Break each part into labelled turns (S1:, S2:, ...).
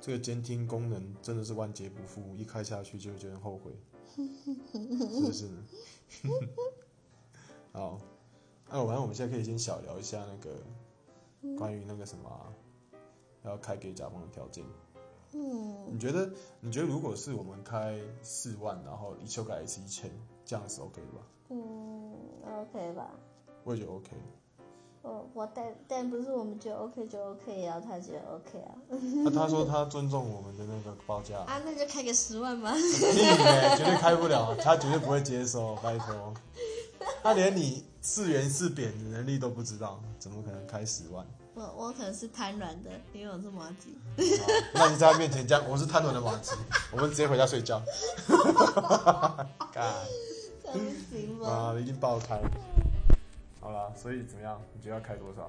S1: 这个监听功能真的是万劫不复，一开下去就会觉得后悔，是不是呢？ 好，那、我反正我们现在可以先小聊一下那个关于那个什么啊、要开给甲方的条件。
S2: 嗯，
S1: 你觉得？你觉得如果是我们开四万，然后一修改一次一千，这样是 OK 的吧？
S2: 嗯，OK 吧。
S1: 我也觉得 OK。
S2: 我我但但不是我们觉得 OK 就 OK，也要他觉得 OK 啊。
S1: 那他说他尊重我们的那个报价，
S2: 啊，那就开个十万吧。
S1: 屁嘞，绝对开不了，他绝对不会接受， 拜托。他连你是圆是扁的能力都不知道，怎么可能开十万？
S2: 我我可能是瘫软的，因为我是麻 吉。
S1: 好那你在他面前这样，我是贪婪的马子，我们直接回家睡觉。 干
S2: 这样不行吗？
S1: 啊，一定爆开。好啦，所以怎么样？你觉得要开多少？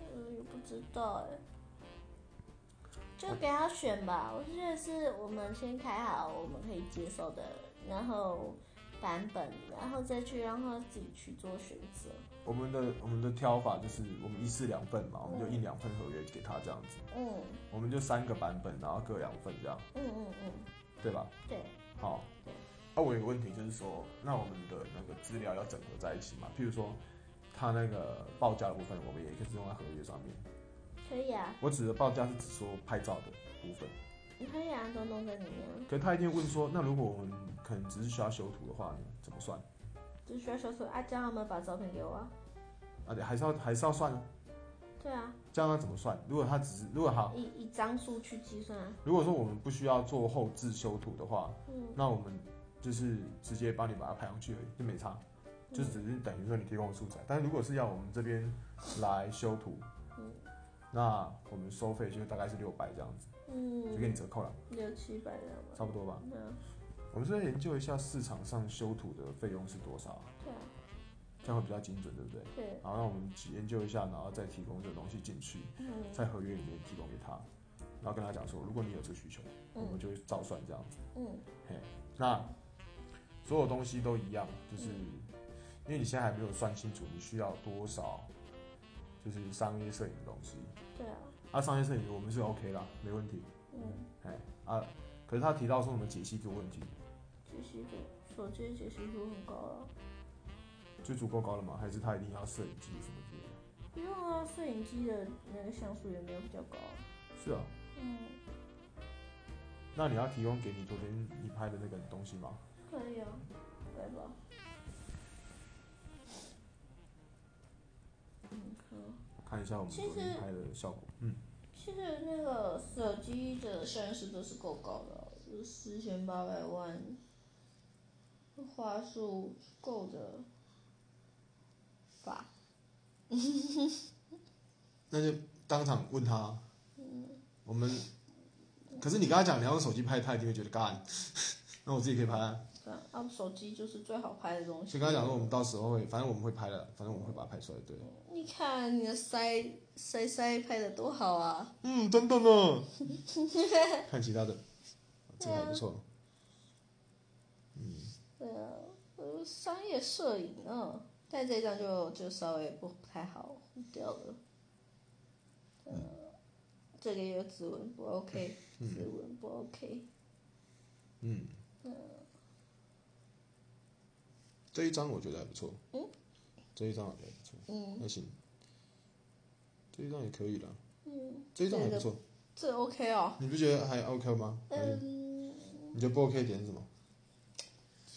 S2: 嗯，也不知道哎。就给他选吧，我觉得是我们先开好我们可以接受的，然后版本，然后再去让他自己去做选择。
S1: 我们的我们的挑法就是我们一式两份嘛，我们就印两份合约给他这样子，
S2: 嗯
S1: 我们就三个版本，然后各两份这样，
S2: 嗯嗯嗯，
S1: 对吧？
S2: 对，
S1: 好
S2: 对。
S1: 那、我有个问题就是说，那我们的那个资料要整合在一起嘛？譬如说，他那个报价的部分，我们也可以是用在合约上面。
S2: 可以啊，
S1: 我指的报价是指说拍照的部分。
S2: 可以啊，都弄在里面啊，
S1: 可是他一定问说，那如果我们可能只是需要修图的话呢，怎么算？
S2: 只需要小手啊，叫他们把照片给我啊。
S1: 而且还是要还是要算啊，
S2: 对啊，
S1: 这样要怎么算？如果他只是如果好，
S2: 以以张数去计算啊。
S1: 如果说我们不需要做后置修图的话，
S2: 嗯，
S1: 那我们就是直接帮你把它拍上去而已，就没差，就只是等于说你提供的素材。但如果是要我们这边来修图，
S2: 嗯
S1: 那我们收费就大概是六百这样子，就给
S2: 嗯，
S1: 你折扣了，
S2: 六七百这样吧。
S1: 差不多吧。
S2: 对啊，
S1: 我们是在研究一下市场上修图的费用是多少啊，
S2: 对啊，
S1: 这样会比较精准，对不对？
S2: 对，
S1: 好，那我们研究一下，然后再提供这个东西进去，
S2: 嗯
S1: 在合约里面提供给他，然后跟他讲说，如果你有这个需求，我们
S2: 嗯
S1: 就会照算这样子。
S2: 嗯
S1: 那所有东西都一样，就是因为你现在还没有算清楚你需要多少，就是商业摄影的东西。
S2: 对啊，
S1: 啊，商业摄影我们是 OK 啦，没问题。
S2: 嗯，
S1: 哎啊，可是他提到说我们解析度问题，
S2: 解析度，手机的解析度很高啊了。
S1: 就足够高了吗？还是他一定要摄影机什么之类的？
S2: 不用啊，摄影机的那个像素也没有比较高。
S1: 是啊，
S2: 嗯，
S1: 那你要提供给你昨天你拍的那个东西吗？
S2: 可以啊，来吧。嗯，好。
S1: 看一下我们昨
S2: 其
S1: 天
S2: 实
S1: 拍的效果。嗯，
S2: 其实那个手机的摄影师都是够高的哦，有四千八百万，话术够的吧？
S1: 那就当场问他，我们，可是你跟他讲你要用手机拍，他一定会觉得干， 那我自己可以拍、啊。
S2: 对啊，啊手机就是最好拍的东西。
S1: 所以刚才讲说，我们到时候会，反正我们会拍的，反正我们会把它拍出来，对。
S2: 你看你的腮腮腮拍的多好啊！
S1: 嗯，等等 呢，看其他的，这个还不错。
S2: 对啊，呃，商业摄影啊，但这张就就稍微不太好糊掉了。呃，
S1: 嗯
S2: 这个也有指纹不 OK，指纹不 OK。
S1: 嗯，这一张我觉得还不错。
S2: 嗯，
S1: 这一张我觉得还不错，
S2: 嗯，
S1: 还行。这一张也可以啦，
S2: 嗯，
S1: 这一张还不错，
S2: 这 OK 哦。
S1: 你不觉得还 OK 吗？还是
S2: 嗯，
S1: 你觉得不 OK 点是什么？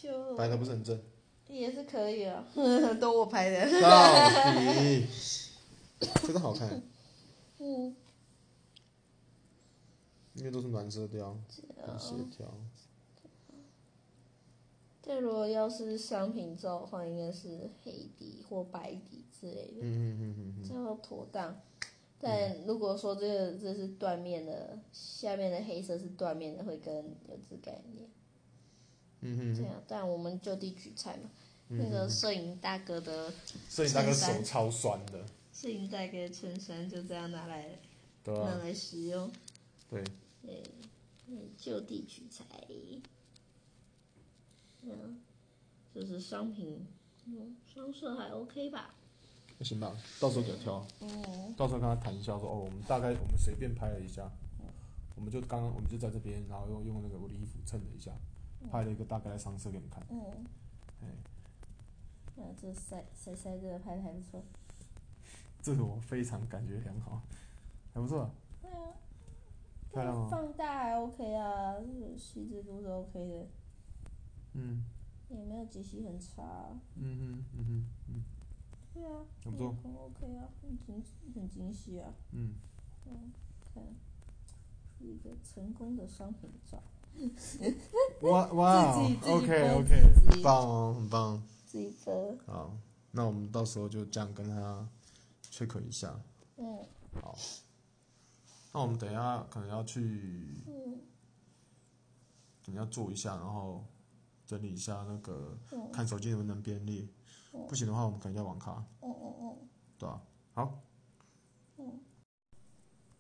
S2: 就
S1: 白的不是很正，
S2: 也是可以啊， 都我拍的。
S1: 到底真的好看，
S2: 嗯，
S1: 因为都是暖色调，很协调。
S2: 这如果要是商品照的话，应该是黑底或白底之类的，
S1: 嗯嗯嗯嗯嗯。
S2: 这样妥当。但如果说这个这是缎面的，下面的黑色是缎面的，会更有质感一点。
S1: 嗯哼
S2: 这样，啊但我们就地取材嘛。那个摄影大哥的
S1: 摄影大哥手超酸的，
S2: 摄影大哥的衬衫就这样拿来
S1: 对
S2: 拿
S1: 啊，
S2: 来使用。
S1: 对，
S2: 对，嗯就地取材。嗯，就是商品，嗯，商社还 OK 吧？
S1: 那行吧，到时候给他挑，
S2: 嗯，
S1: 到时候跟他谈一下说，哦，我们大概我们随便拍了一下，我们就刚刚我们就在这边，然后用用那个我的衣服蹭了一下，拍了一个大概的上色给你看。
S2: 嗯，
S1: 哎，
S2: 然后就塞塞塞这个拍的还不错。
S1: 这个我非常感觉良好，还不错，
S2: 对啊，
S1: 漂亮哦。
S2: 放大还 OK 啊，就是细致度是 OK 的，
S1: 嗯
S2: 也没有解析很差、啊。
S1: 嗯哼嗯哼嗯，
S2: 对啊，
S1: 很不错
S2: 很 OK 啊，很精很精细啊。
S1: 嗯，
S2: 嗯，看，是一个成功的商品照，
S1: 哇哇
S2: 自己自己
S1: ，OK
S2: 拍
S1: OK，
S2: 自
S1: 很
S2: 己
S1: 棒哦，很棒。
S2: 自己的，
S1: 好，那我们到时候就这样跟他 check 一下。
S2: 嗯
S1: 好，那我们等一下可能要去
S2: 嗯
S1: 你要做一下，然后整理一下那个，
S2: 嗯
S1: 看手机能不能编列，
S2: 嗯
S1: 不行的话，我们可能要网咖，
S2: 嗯嗯嗯，嗯
S1: 对吧、好，